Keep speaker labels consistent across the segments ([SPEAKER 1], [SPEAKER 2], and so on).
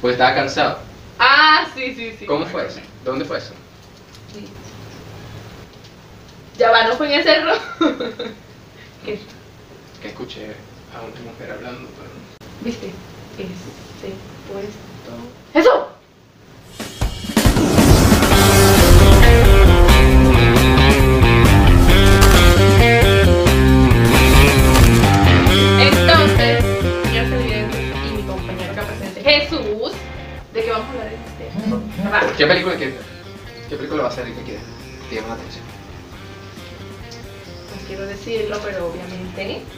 [SPEAKER 1] Porque estaba cansado.
[SPEAKER 2] Ah, sí, sí, sí.
[SPEAKER 1] ¿Cómo fue eso? ¿Dónde fue eso?
[SPEAKER 2] Sí. Ya va, no fue en el cerro. ¿Qué?
[SPEAKER 1] Que escuché a una mujer hablando, pero...
[SPEAKER 2] ¿Viste? Este puesto. ¡Eso! Entonces, yo soy Irene y mi compañero acá presente, Jesús, ¿de qué vamos a hablar en este? Papá,
[SPEAKER 1] ¿Qué película quieres ver? ¿Qué película va a salir que quieres? Te llama la atención.
[SPEAKER 2] no quiero decirlo, pero obviamente.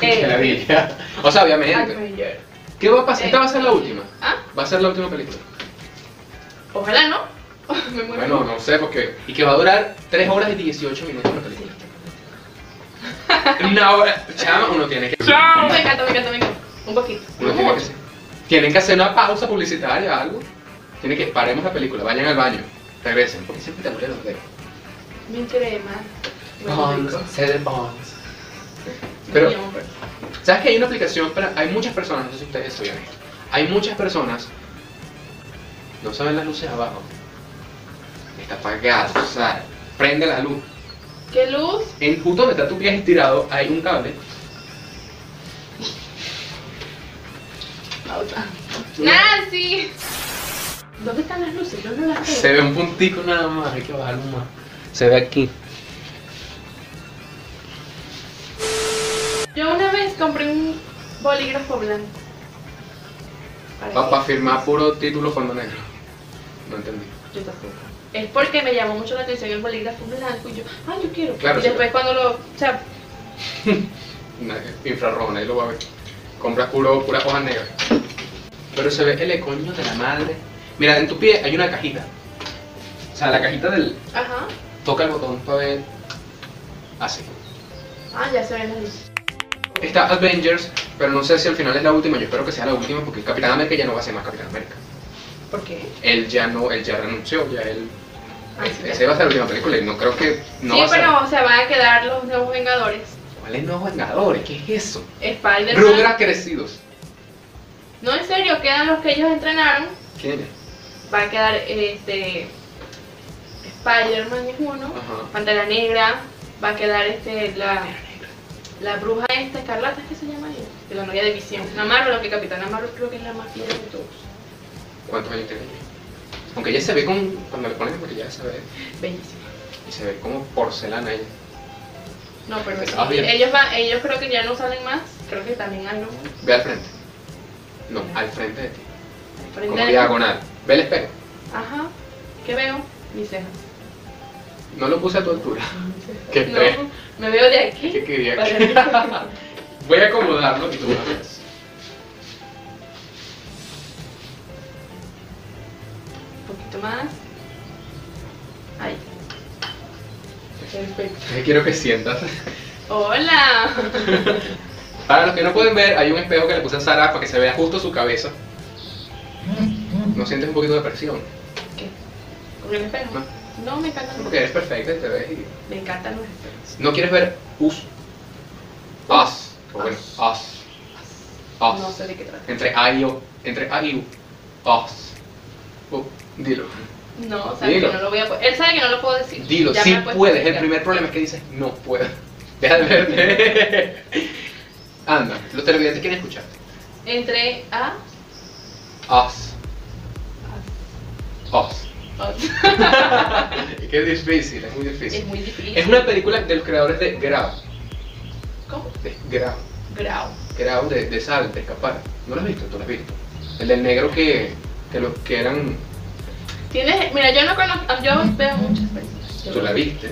[SPEAKER 1] Que la vi ya. O sea, obviamente.
[SPEAKER 2] Avengers.
[SPEAKER 1] ¿Qué va a pasar? Esta va a ser la última.
[SPEAKER 2] Ah,
[SPEAKER 1] Va a ser la última película.
[SPEAKER 2] ojalá no. Me muero.
[SPEAKER 1] Bueno, no sé por qué. Y que va a durar 3 horas y 18 minutos la película. Una hora. Chama, uno tiene que.
[SPEAKER 2] Me encanta, me encanta, me encanta. Un poquito.
[SPEAKER 1] Uno tiene que hacer. Tienen que hacer una pausa publicitaria algo. Tienen que paremos la película, vayan al baño, regresen, porque siempre te mueren los dedos.
[SPEAKER 2] Mi crema. muy rico.
[SPEAKER 1] seven bonds. Ah, Pero-
[SPEAKER 2] Mi amor.
[SPEAKER 1] ¿Sabes que hay una aplicación para.? Hay muchas personas, no sé si ustedes sabían esto. Hay muchas personas. No saben las luces abajo. Está apagado, o sea, prende la luz.
[SPEAKER 2] ¿Qué luz?
[SPEAKER 1] En justo donde está tu pie estirado hay un cable.
[SPEAKER 2] Pausa. Nancy. ¿Dónde están las luces? Yo no las
[SPEAKER 1] Se
[SPEAKER 2] veo.
[SPEAKER 1] ve un puntico nada más, hay que bajarlo más. Se ve aquí.
[SPEAKER 2] Yo una vez compré un bolígrafo blanco. ¿Para
[SPEAKER 1] Para,
[SPEAKER 2] qué?
[SPEAKER 1] firmar puro título fondo negro. No entendí.
[SPEAKER 2] Yo tampoco. Es porque me llamó mucho la atención el bolígrafo blanco y yo, ay, yo quiero.
[SPEAKER 1] Claro,
[SPEAKER 2] y
[SPEAKER 1] sí.
[SPEAKER 2] después cuando lo, o sea,
[SPEAKER 1] Nada, Infrarrojo, nadie lo va a ver. Compras puro, pura hoja negra. Pero se ve el coño de la madre. Mira, en tu pie hay una cajita. O sea, la cajita del.
[SPEAKER 2] ajá,
[SPEAKER 1] Toca el botón para ver. Así.
[SPEAKER 2] ah, ya se ven las luces.
[SPEAKER 1] Está Avengers, pero no sé si al final es la última. Yo espero que sea la última porque el Capitán América ya no va a ser más Capitán América.
[SPEAKER 2] ¿Por qué?
[SPEAKER 1] Él ya no, él ya renunció, ya él.
[SPEAKER 2] Ah, sí,
[SPEAKER 1] Esa va a ser la última película y no creo que. No
[SPEAKER 2] sí,
[SPEAKER 1] va a ser.
[SPEAKER 2] pero o sea, van a quedar los nuevos Vengadores.
[SPEAKER 1] ¿Cuáles nuevos Vengadores? ¿Qué es eso?
[SPEAKER 2] Spider-Man.
[SPEAKER 1] Rugrats crecidos.
[SPEAKER 2] No, en serio, quedan los que ellos entrenaron.
[SPEAKER 1] ¿Quiénes?
[SPEAKER 2] Va a quedar este. Spider-Man es uno.
[SPEAKER 1] Ajá.
[SPEAKER 2] Pantera Negra. Va a quedar este. La, la bruja esta, Escarlata, ¿qué se llama ella? De la novia de Visión. La Marvel, lo que Capitana Marvel creo que es la más fiel de todos.
[SPEAKER 1] ¿Cuántos años tiene ella? Aunque ella se ve con. Cuando le ponen porque ya se ve.
[SPEAKER 2] Bellísima.
[SPEAKER 1] Y se ve como porcelana ella.
[SPEAKER 2] No, pero sí,
[SPEAKER 1] Ah, bien.
[SPEAKER 2] ellos, van, ellos creo que ya no salen más. Creo que también algo.
[SPEAKER 1] Ve al frente. No, al frente de ti.
[SPEAKER 2] Frente
[SPEAKER 1] Como
[SPEAKER 2] de-
[SPEAKER 1] diagonal. Ve el espejo.
[SPEAKER 2] Ajá. ¿Qué veo? Mis cejas.
[SPEAKER 1] No lo puse a tu altura. Qué
[SPEAKER 2] No,
[SPEAKER 1] estrés.
[SPEAKER 2] me veo de aquí.
[SPEAKER 1] ¿Qué quería?
[SPEAKER 2] para
[SPEAKER 1] que-
[SPEAKER 2] arriba.
[SPEAKER 1] Voy a acomodarlo y tú vas a ver.
[SPEAKER 2] Un poquito más. Ahí. Perfecto.
[SPEAKER 1] Te Quiero que sientas.
[SPEAKER 2] Hola.
[SPEAKER 1] Para los que no pueden ver, hay un espejo que le puse a Sara para que se vea justo su cabeza. ¿No sientes un poquito de presión?
[SPEAKER 2] ¿Qué? ¿Con el espejo? No, me encantan los
[SPEAKER 1] Porque eres
[SPEAKER 2] espejos.
[SPEAKER 1] perfecta y te ves y...
[SPEAKER 2] Me encantan los espejos.
[SPEAKER 1] No quieres ver us. Us. O bueno,
[SPEAKER 2] Us.
[SPEAKER 1] us. Us.
[SPEAKER 2] No sé de qué trata.
[SPEAKER 1] Entre A y O. Entre A y U. Us. Uh, dilo.
[SPEAKER 2] No, o sea, que
[SPEAKER 1] Dilo.
[SPEAKER 2] no lo voy a poder. Él sabe que no lo puedo decir.
[SPEAKER 1] Dilo,
[SPEAKER 2] Ya
[SPEAKER 1] sí
[SPEAKER 2] me ha puesto
[SPEAKER 1] puedes. El
[SPEAKER 2] complicada.
[SPEAKER 1] primer problema es que dices no puedo. Deja de verte. Anda, los televidentes quieren escucharte.
[SPEAKER 2] Entre A.
[SPEAKER 1] Us.
[SPEAKER 2] Ah.
[SPEAKER 1] Us.
[SPEAKER 2] a-
[SPEAKER 1] Es que es difícil, es muy difícil.
[SPEAKER 2] es muy difícil.
[SPEAKER 1] Es una película de los creadores de Grau.
[SPEAKER 2] ¿Cómo?
[SPEAKER 1] De Grau.
[SPEAKER 2] Grau.
[SPEAKER 1] Grau de, de sal, de escapar. ¿No lo has visto? ¿Tú lo has visto? El del negro que, que los que eran...
[SPEAKER 2] Tienes. Mira, yo no conozco. Yo veo muchas películas.
[SPEAKER 1] Tú la viste.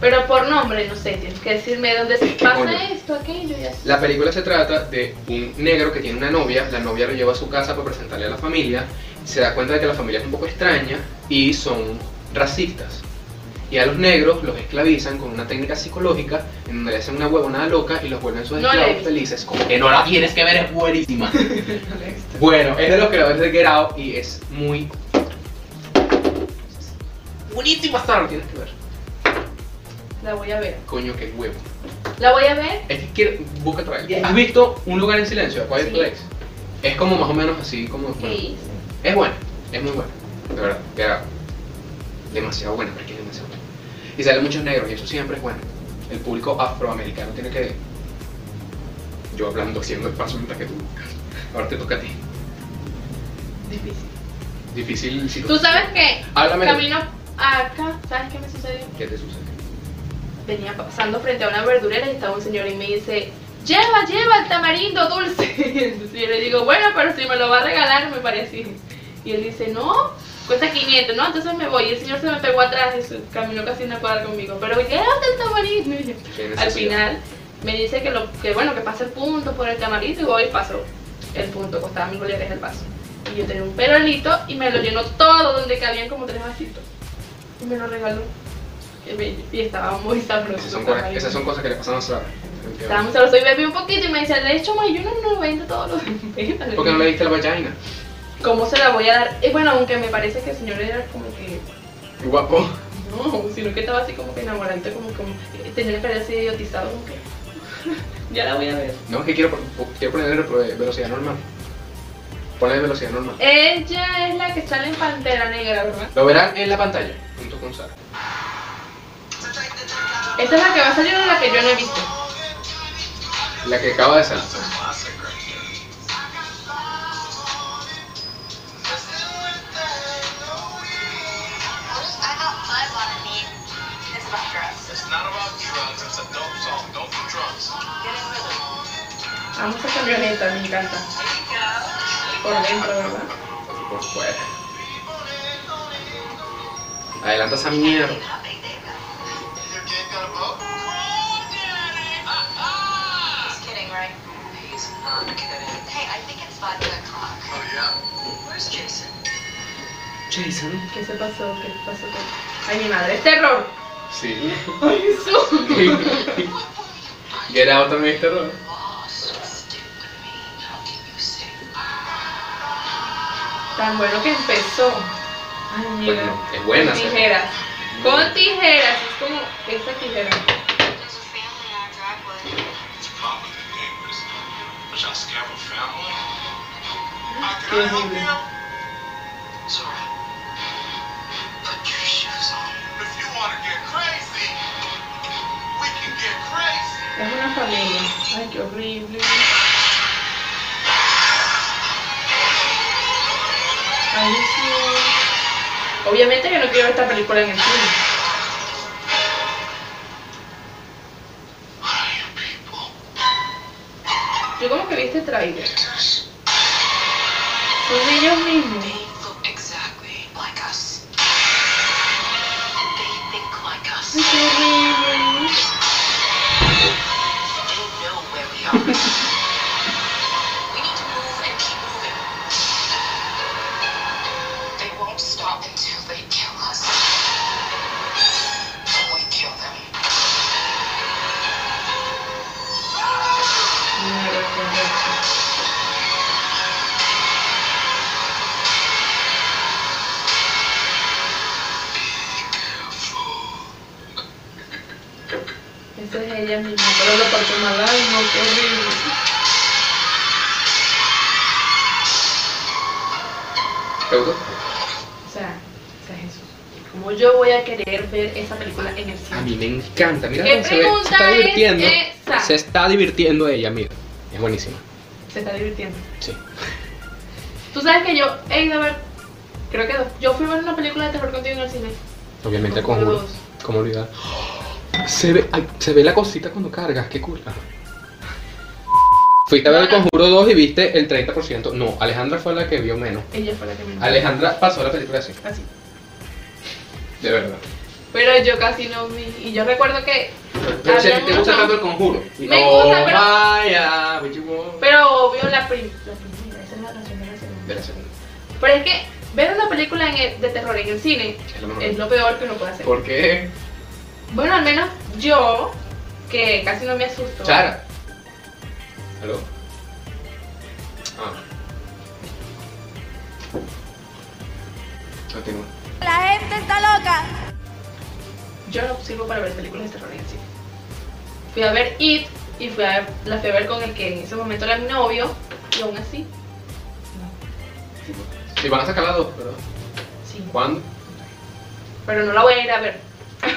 [SPEAKER 2] Pero por nombre, no sé. Tienes que decirme dónde se pasa
[SPEAKER 1] Coño.
[SPEAKER 2] esto, aquello y así.
[SPEAKER 1] La película se trata de un negro que tiene una novia, la novia lo lleva a su casa para presentarle a la familia, se da cuenta de que la familia es un poco extraña y son racistas. Y a los negros los esclavizan con una técnica psicológica en donde le hacen una huevonada loca y los vuelven sus
[SPEAKER 2] No la he
[SPEAKER 1] esclavos
[SPEAKER 2] visto.
[SPEAKER 1] felices. Como que no la tienes que ver, es buenísima. bueno, es de los creadores de Get Out y es muy... Buenísima, Star, tienes que ver.
[SPEAKER 2] La voy a ver.
[SPEAKER 1] Coño, qué huevo.
[SPEAKER 2] La voy a ver.
[SPEAKER 1] Es que quiero, busca otra vez. ¿Has visto Un lugar en silencio, A Quiet
[SPEAKER 2] Sí.
[SPEAKER 1] Place? Es como más o menos así, como... bueno,
[SPEAKER 2] Sí.
[SPEAKER 1] Es buena, es muy buena, de verdad, era demasiado buena, porque es demasiado buena. Y salen muchos negros y eso siempre es bueno. El público afroamericano tiene que... Yo hablando, haciendo espacio mientras que tú... Ahora te toca a ti.
[SPEAKER 2] Difícil.
[SPEAKER 1] Difícil si
[SPEAKER 2] Tú sabes que
[SPEAKER 1] Háblame. de-
[SPEAKER 2] camino acá, ¿sabes qué me sucedió?
[SPEAKER 1] ¿Qué te sucede?
[SPEAKER 2] Venía pasando frente a una verdurera y estaba un señor y me dice, lleva, lleva el tamarindo dulce. Entonces yo le digo, bueno, pero si me lo va a regalar, me parece. Y él dice, no, cuesta 500, ¿no? Entonces me voy. Y el señor se me pegó atrás y se- caminó casi una cuadra conmigo. Pero llévate el tamarindo. Y yo,
[SPEAKER 1] ¿Qué
[SPEAKER 2] al
[SPEAKER 1] necesidad?
[SPEAKER 2] final me dice que, lo, que bueno, que pase el punto por el tamarito y voy y paso el punto, costaba mil dólares el vaso. Y yo tenía un perolito y me lo llenó todo donde cabían como tres vasitos. Y me lo regaló. Qué bello. Y estaba muy sabroso.
[SPEAKER 1] Esas son,
[SPEAKER 2] el
[SPEAKER 1] cosas,
[SPEAKER 2] tamarito.
[SPEAKER 1] esas son cosas que le pasan a Sara.
[SPEAKER 2] Estaba muy sabroso y bebí un poquito y me decía, de hecho, ma, yo no, no vendo todos los vegetales.
[SPEAKER 1] ¿Por qué no le diste la vagina?
[SPEAKER 2] ¿Cómo se la voy a dar? Y bueno, aunque me parece que el señor era como que
[SPEAKER 1] Qué Guapo.
[SPEAKER 2] No, sino que estaba así como que enamorante, como como tenía el cabello así idiotizado, como que ya la voy a ver.
[SPEAKER 1] No, es que quiero, po- quiero ponerle re- eh, velocidad normal. Ponle velocidad normal.
[SPEAKER 2] Ella es la que sale en Pantera Negra, ¿verdad?
[SPEAKER 1] Lo verán en la pantalla, junto con Sara.
[SPEAKER 2] Esta es la que va a salir de la que yo no he visto.
[SPEAKER 1] La que acaba de salir.
[SPEAKER 3] I got five on a knee. It's about drugs.
[SPEAKER 4] It's not about drugs, it's a dope song, dope for drugs.
[SPEAKER 3] Get it really.
[SPEAKER 2] Vamos a camioneta, me encanta.
[SPEAKER 3] There you go.
[SPEAKER 2] Por dentro, ¿verdad?
[SPEAKER 1] Por fuera. Adelanta esa mierda.
[SPEAKER 3] How big they got.
[SPEAKER 4] Is your kid got a boat?
[SPEAKER 3] He's kidding, right? He's not kidding. Hey, I think it's five o'clock.
[SPEAKER 4] Oh, yeah.
[SPEAKER 3] Where's Jason?
[SPEAKER 1] Jason.
[SPEAKER 2] ¿Qué se pasó? ¿Qué pasó? Ay, mi madre, es terror.
[SPEAKER 1] Sí.
[SPEAKER 2] Ay, Jesús.
[SPEAKER 1] Get Out también es terror.
[SPEAKER 3] Boss, stick with me. How can you say?
[SPEAKER 2] Tan bueno que empezó. Ay, mira.
[SPEAKER 1] Bueno, Pues es buena,
[SPEAKER 2] Con
[SPEAKER 1] sí.
[SPEAKER 2] tijeras. Con tijeras. Es como esta tijera.
[SPEAKER 3] There's a family in our driveway.
[SPEAKER 4] It's a problem with the neighbors. Which I scare a family. How can I
[SPEAKER 2] Qué
[SPEAKER 4] help
[SPEAKER 2] horrible.
[SPEAKER 4] you?
[SPEAKER 3] Zora, put your shoes on.
[SPEAKER 4] If you want to get crazy, we can get crazy.
[SPEAKER 2] Es una familia. Ay, qué horrible. Ay, sí. Obviamente que no quiero ver esta película en el cine.
[SPEAKER 4] What are you people?
[SPEAKER 2] Yo como que vi este trailer.
[SPEAKER 4] Haters?
[SPEAKER 2] Son ellos mismos.
[SPEAKER 3] They look exactly like us. They think like us.
[SPEAKER 2] Ay, qué horrible.
[SPEAKER 3] They know where we are. we need to move and keep moving. They won't stop until they kill us. Or we kill them.
[SPEAKER 2] Mierda, qué horrible. Esa es ella misma, pero lo pasó mal, ay, no, qué horrible.
[SPEAKER 1] ¿Te gustó?
[SPEAKER 2] O sea, o sea, Jesús. ¿Cómo yo voy a querer ver esa película en el
[SPEAKER 1] A
[SPEAKER 2] cine?
[SPEAKER 1] mí me encanta. Mira
[SPEAKER 2] ¿Qué
[SPEAKER 1] cómo se ve. Se está
[SPEAKER 2] pregunta es
[SPEAKER 1] divirtiendo.
[SPEAKER 2] esa?
[SPEAKER 1] Se está divirtiendo ella, mira. Es buenísima.
[SPEAKER 2] Se está divirtiendo.
[SPEAKER 1] Sí.
[SPEAKER 2] Tú sabes que yo he ido a ver, creo que dos. Yo fui a ver una película de terror contigo en el cine.
[SPEAKER 1] Obviamente el
[SPEAKER 2] Como
[SPEAKER 1] conjuro.
[SPEAKER 2] dos.
[SPEAKER 1] ¿Cómo olvidar? ¡Oh! Se ve, ay, se ve la cosita cuando cargas, qué cool. Ah. Fuiste a ver el conjuro 2 y viste el 30%. No, Alejandra fue la que vio menos.
[SPEAKER 2] Ella fue la que me invitó.
[SPEAKER 1] Alejandra pasó la película así,
[SPEAKER 2] Así.
[SPEAKER 1] de verdad.
[SPEAKER 2] Pero yo casi no vi. Y yo recuerdo que.
[SPEAKER 1] Pero si a ti
[SPEAKER 2] había
[SPEAKER 1] te gusta
[SPEAKER 2] mucho-
[SPEAKER 1] tanto el conjuro.
[SPEAKER 2] Me
[SPEAKER 1] oh,
[SPEAKER 2] gusta, pero-
[SPEAKER 1] vaya, what you want.
[SPEAKER 2] Pero obvio la, prim- la primera. Esa es la razón de la segunda.
[SPEAKER 1] De la segunda.
[SPEAKER 2] Pero es que ver una película en el- de terror en el cine
[SPEAKER 1] Es lo mejor.
[SPEAKER 2] es lo peor que uno puede hacer.
[SPEAKER 1] ¿Por qué?
[SPEAKER 2] Bueno, al menos yo, que casi no me asusto.
[SPEAKER 1] Sara. ¿Aló? Ah. Continúa.
[SPEAKER 2] Yo no sirvo para ver películas de terror en el cine. Fui a ver It y fui a ver, la fui a ver con el que en ese momento era mi novio y aún así. No. sirvo para eso.
[SPEAKER 1] Y van a sacar la dos, ¿verdad?
[SPEAKER 2] Sí.
[SPEAKER 1] ¿Cuándo?
[SPEAKER 2] Pero no la voy a ir a ver.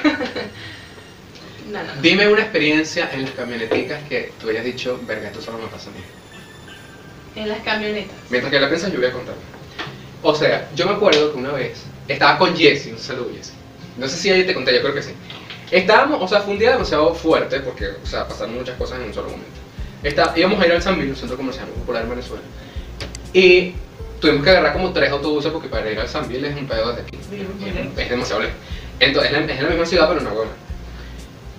[SPEAKER 2] no, no, no.
[SPEAKER 1] Dime una experiencia en las camioneticas que tú hayas dicho, verga, esto solo me pasa a mí.
[SPEAKER 2] En las camionetas.
[SPEAKER 1] Mientras que la piensas, yo voy a contar. O sea, yo me acuerdo que una vez estaba con Jesse, un saludo Jesse. No sé si ayer te conté, yo creo que sí. Estábamos, o sea, fue un día demasiado fuerte porque, o sea, pasaron muchas cosas en un solo momento. Está, íbamos a ir al San Bill, un centro comercial muy popular en Venezuela. Y tuvimos que agarrar como tres autobuses porque para ir al San Bill es un pedo desde aquí. Es, es demasiado lejos. Entonces, es la, es la misma ciudad, pero no buena.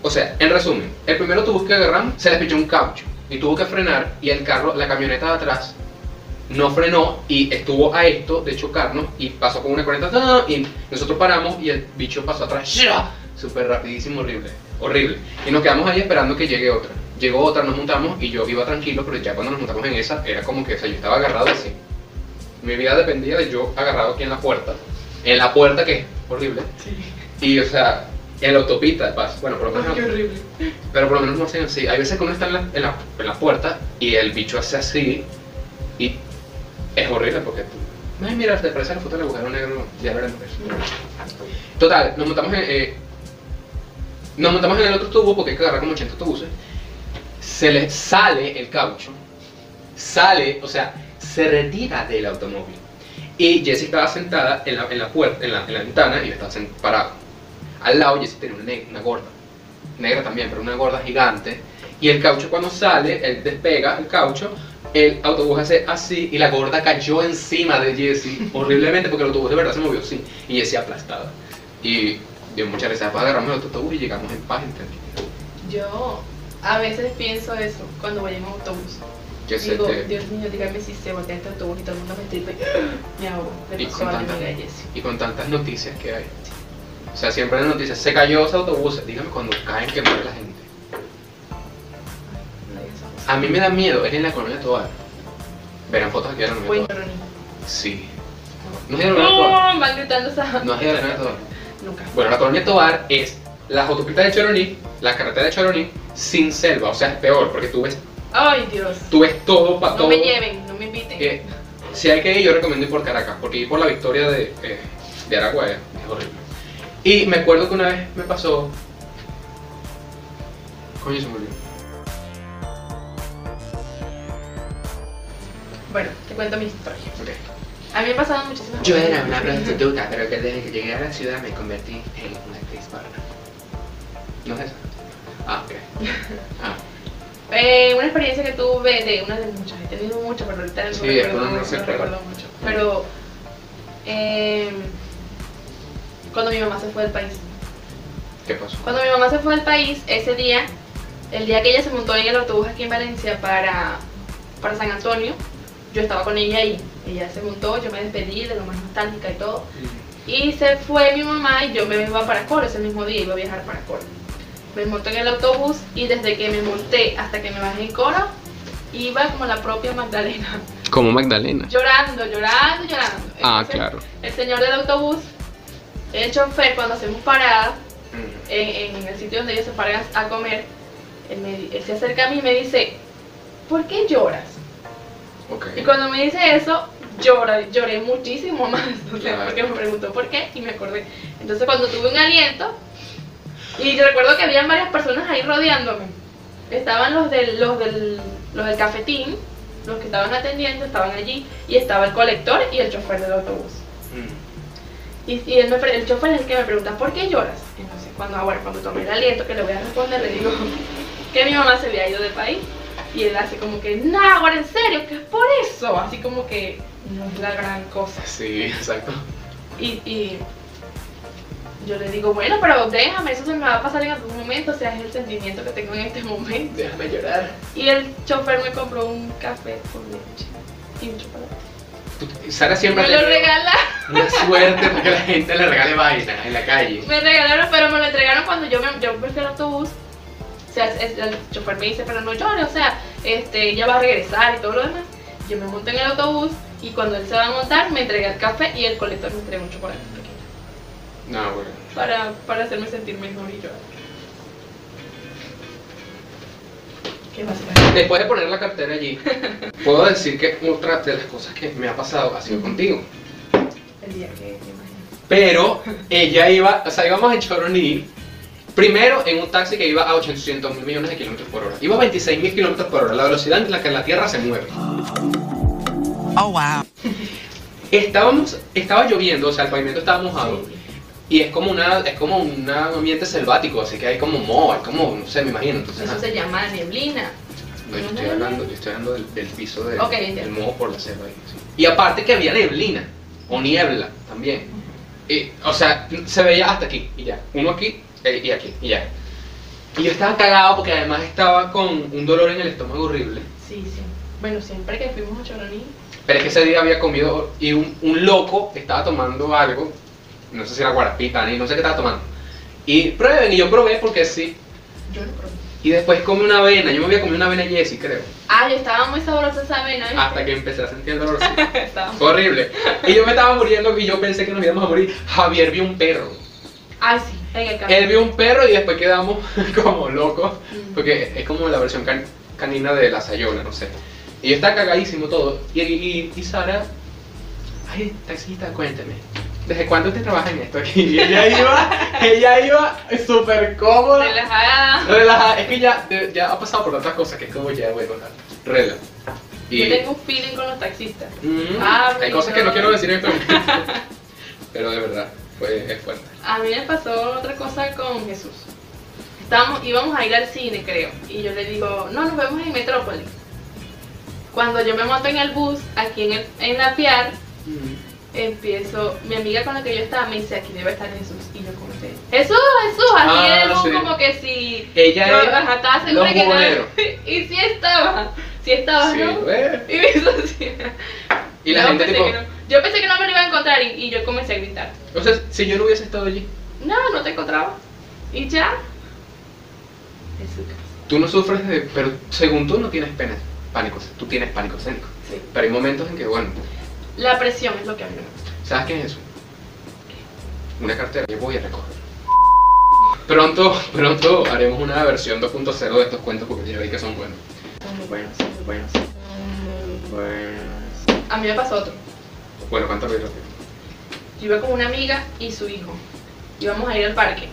[SPEAKER 1] O sea, en resumen, el primer autobús que agarramos se les pichó un caucho y tuvo que frenar y el carro, la camioneta de atrás, no frenó y estuvo a esto de chocarnos y pasó con una 40 ¡ah! y nosotros paramos y el bicho pasó atrás ¡shia! súper rapidísimo, horrible, horrible. Y nos quedamos ahí esperando que llegue otra. Llegó otra, nos montamos y yo iba tranquilo, pero ya cuando nos montamos en esa era como que, o sea, yo estaba agarrado así. Mi vida dependía de yo agarrado aquí en la puerta, en la puerta que es horrible. Y o sea, en la autopista de paso, bueno, por lo menos
[SPEAKER 2] horrible.
[SPEAKER 1] pero por lo menos no hacen así. Hay veces que uno está en la, en la, en la puerta y el bicho hace así y es horrible porque tú. Ay, mira, te parece la foto del agujero negro, ya veremos eso. Total, nos montamos en. eh, nos montamos en el otro tubo porque hay que agarrar como 80 autobuses. Se le sale el caucho, sale, o sea, se retira del automóvil. Y Jessie estaba sentada en la, en la puerta, en la, en la ventana y yo estaba sen- parado. Al lado Jessie tenía una, ne- una gorda, negra también, pero una gorda gigante. Y el caucho cuando sale, él despega el caucho, el autobús hace así y la gorda cayó encima de Jessie horriblemente porque el autobús de verdad se movió así y Jessie aplastada. Y dio muchas veces Después agarramos el otro autobús y llegamos en paz. Entonces,
[SPEAKER 2] Yo a veces pienso eso cuando voy en autobús.
[SPEAKER 1] Jessie,
[SPEAKER 2] Digo,
[SPEAKER 1] este,
[SPEAKER 2] Dios mío, dígame si se voltea este autobús y todo el mundo me estripa y me ahogo. Le
[SPEAKER 1] Y
[SPEAKER 2] pasó
[SPEAKER 1] con
[SPEAKER 2] a mi
[SPEAKER 1] tanta-
[SPEAKER 2] amiga Jessie.
[SPEAKER 1] y con tantas noticias que hay. O sea, siempre hay noticias. Se cayó ese autobús. Dígame cuando caen que muere la gente.
[SPEAKER 2] No digas esas cosas.
[SPEAKER 1] A mí me da miedo. Es en la colonia Tobar. Verán fotos aquí en la colonia
[SPEAKER 2] Bueno,
[SPEAKER 1] Tobar.
[SPEAKER 2] Ronnie.
[SPEAKER 1] Sí. No es de la colonia Tobar.
[SPEAKER 2] No, van gritando esa.
[SPEAKER 1] No es de la colonia Tobar.
[SPEAKER 2] Nunca.
[SPEAKER 1] Bueno, la colonia Tobar es las autopistas de Choroní, la carretera de Choroní, sin selva. O sea, es peor porque tú ves,
[SPEAKER 2] Ay, Dios.
[SPEAKER 1] tú ves todo para
[SPEAKER 2] No
[SPEAKER 1] todo.
[SPEAKER 2] me lleven, no me inviten.
[SPEAKER 1] Eh, si hay que ir, yo recomiendo ir por Caracas, porque ir por la victoria de, eh, de Aragua es es horrible. Y me acuerdo que una vez me pasó. Coño, se me olvidó.
[SPEAKER 2] Bueno, te cuento mi historia.
[SPEAKER 1] Ok.
[SPEAKER 2] A mí me pasaban muchísimas
[SPEAKER 1] Yo
[SPEAKER 2] cosas.
[SPEAKER 1] era una prostituta, pero que desde que llegué a la ciudad me convertí en una actriz porno. ¿No es eso? Ah, ok. Ah,
[SPEAKER 2] Eh, una experiencia que tuve de una de muchas, he tenido muchas, pero ahorita no
[SPEAKER 1] Sí,
[SPEAKER 2] recuerdo,
[SPEAKER 1] algunas no se
[SPEAKER 2] no recuerdo
[SPEAKER 1] acuerdan.
[SPEAKER 2] mucho. Pero eh, cuando mi mamá se fue del país,
[SPEAKER 1] ¿qué pasó?
[SPEAKER 2] cuando mi mamá se fue del país, ese día, el día que ella se montó en el autobús aquí en Valencia para, para San Antonio, yo estaba con ella ahí. Ella se montó, yo me despedí de lo más nostálgica y todo. Y se fue mi mamá y yo me iba para Coro ese mismo día, iba a viajar para Coro. Me monté en el autobús y desde que me monté hasta que me bajé en Coro, iba como la propia Magdalena,
[SPEAKER 1] Como Magdalena.
[SPEAKER 2] llorando, llorando, llorando.
[SPEAKER 1] Ah,
[SPEAKER 2] Entonces, El señor del autobús, el chofer, cuando hacemos parada
[SPEAKER 1] mm,
[SPEAKER 2] en, en el sitio donde ellos se paran a comer, él, me- él se acerca a mí y me dice, ¿por qué lloras?
[SPEAKER 1] Ok.
[SPEAKER 2] Y cuando me dice eso, llora, lloré muchísimo más. O sea,
[SPEAKER 1] Claro.
[SPEAKER 2] porque me preguntó por qué y me acordé. Entonces, cuando tuve un aliento, y yo recuerdo que habían varias personas ahí rodeándome. Estaban los del, los del, los del cafetín, los que estaban atendiendo, estaban allí, y estaba el colector y el chofer del autobús.
[SPEAKER 1] Mm.
[SPEAKER 2] Y, y él me pre- el chofer es el que me pregunta, ¿por qué lloras? Entonces, cuando, ah, bueno, cuando tomé el aliento, que le voy a responder, le digo que mi mamá se había ido del país. Y él hace como que, no, ahora en serio, que es por eso. Así como que no es la gran cosa.
[SPEAKER 1] Sí, exacto.
[SPEAKER 2] Y, y yo le digo, bueno, pero déjame, eso se me va a pasar en algún momento. O sea, es el sentimiento que tengo en este momento.
[SPEAKER 1] Déjame llorar.
[SPEAKER 2] Y el chofer me compró un café con leche y un chocolate.
[SPEAKER 1] Tú- Sara siempre
[SPEAKER 2] Me
[SPEAKER 1] ha
[SPEAKER 2] lo
[SPEAKER 1] tenido
[SPEAKER 2] regalaron.
[SPEAKER 1] una suerte porque la gente le regale vaina en la calle.
[SPEAKER 2] Me regalaron, pero me lo entregaron cuando yo me yo me fui al autobús. O sea, el, el chofer me dice, pero no llores, o sea, este, ella va a regresar y todo lo demás. Yo me monto en el autobús y cuando él se va a montar me entrega el café y el colector me entrega un chocolate pequeño
[SPEAKER 1] No, bueno.
[SPEAKER 2] para, para hacerme sentir mejor y llorar. ¿Qué más?
[SPEAKER 1] Después de poner la cartera allí, puedo decir que otra de las cosas que me ha pasado ha sido contigo.
[SPEAKER 2] El día que me imagino.
[SPEAKER 1] Pero ella iba, o sea, íbamos en Choroní, primero en un taxi que iba a 800 mil millones de kilómetros por hora. Iba a 26 mil kilómetros por hora, la velocidad en la que la Tierra se mueve.
[SPEAKER 5] Oh, wow.
[SPEAKER 1] Estábamos, estaba lloviendo, o sea, el pavimento estaba mojado. Y es como una, es como un ambiente selvático, así que hay como moho, hay como, no sé, me imagino. Entonces,
[SPEAKER 2] Eso
[SPEAKER 1] ajá.
[SPEAKER 2] se llama neblina.
[SPEAKER 1] No, yo estoy hablando, yo estoy hablando del, del piso de-
[SPEAKER 2] Ok,
[SPEAKER 1] del
[SPEAKER 2] entiendo.
[SPEAKER 1] moho por la selva. ahí, sí. Y aparte que había neblina, o niebla también. Y, o sea, se veía hasta aquí, y ya. Uno aquí, eh, y aquí, y ya. Y yo estaba cagado porque además estaba con un dolor en el estómago horrible.
[SPEAKER 2] Sí, sí. Bueno, siempre que fuimos a Choroní.
[SPEAKER 1] Pero es que ese día había comido y un, un loco estaba tomando algo, no sé si era guarapita, ni no sé qué estaba tomando. Y prueben, y yo probé porque sí.
[SPEAKER 2] Yo no probé.
[SPEAKER 1] Y después comí una avena, yo me había comido una avena Jessie, creo.
[SPEAKER 2] Ah, yo estaba muy sabrosa esa avena. ¿viste?
[SPEAKER 1] Hasta que empecé a sentir el dolor. sí.
[SPEAKER 2] Estaba muy-
[SPEAKER 1] Fue horrible. Y yo me estaba muriendo y yo pensé que nos íbamos a morir. Javier vio un perro.
[SPEAKER 2] Ay, sí, en el camino.
[SPEAKER 1] Él vio un perro y después quedamos como locos.
[SPEAKER 2] Mm.
[SPEAKER 1] Porque es como la versión can- canina de la Sayona, no sé. Y yo estaba cagadísimo todo. Y, y, y Sara, ay, taxista, cuénteme. ¿Desde cuándo te trabaja en esto aquí? Y ella iba, ella iba súper cómoda.
[SPEAKER 2] Relajada.
[SPEAKER 1] Relajada. Es que ya, ya ha pasado por tantas cosas que es como ya voy a contar. Rela.
[SPEAKER 2] Yo tengo un feeling con los taxistas.
[SPEAKER 1] Mm,
[SPEAKER 2] Ah,
[SPEAKER 1] hay cosas que no
[SPEAKER 2] bueno.
[SPEAKER 1] quiero decir en este momento. Pero de verdad, fue, es fuerte.
[SPEAKER 2] A mí me pasó otra cosa con Jesús. Estábamos, íbamos a ir al cine, creo. Y yo le digo, no, nos vemos en Metrópolis. Cuando yo me monto en el bus, aquí en, el, en la Piar, Mm. empiezo, mi amiga con la que yo estaba me dice, aquí debe estar Jesús. Y yo como que, Jesús, Jesús, aquí
[SPEAKER 1] Ah,
[SPEAKER 2] en el bus,
[SPEAKER 1] sí.
[SPEAKER 2] como que si...
[SPEAKER 1] Ella
[SPEAKER 2] Yo, ah,
[SPEAKER 1] era
[SPEAKER 2] ajá, estaba segura
[SPEAKER 1] los
[SPEAKER 2] que
[SPEAKER 1] buhoneros.
[SPEAKER 2] no. Y sí estaba, sí estaba,
[SPEAKER 1] Sí,
[SPEAKER 2] ¿no?
[SPEAKER 1] eh.
[SPEAKER 2] Y me hizo así.
[SPEAKER 1] Y la
[SPEAKER 2] Yo
[SPEAKER 1] gente
[SPEAKER 2] pensé
[SPEAKER 1] tipo,
[SPEAKER 2] que no- Yo pensé que no me lo iba a encontrar y, y yo comencé a gritar.
[SPEAKER 1] o sea, si yo no hubiese estado allí,
[SPEAKER 2] No, no te encontraba. Y ya. En su casa.
[SPEAKER 1] tú no sufres de, pero según tú no tienes pena, pánico, tú tienes pánico escénico.
[SPEAKER 2] Sí.
[SPEAKER 1] Pero hay momentos en que, bueno,
[SPEAKER 2] La presión es lo que a mí me gusta.
[SPEAKER 1] ¿sabes qué es eso? Una cartera, yo voy a recoger. Pronto, pronto haremos una versión 2.0 de estos cuentos porque ya vi que son buenos.
[SPEAKER 2] Son muy buenos, son muy buenos. son muy buenos. A mí me pasó otro.
[SPEAKER 1] Bueno, ¿cuánto rápido?
[SPEAKER 2] Yo iba con una amiga y su hijo. Íbamos a ir al parque.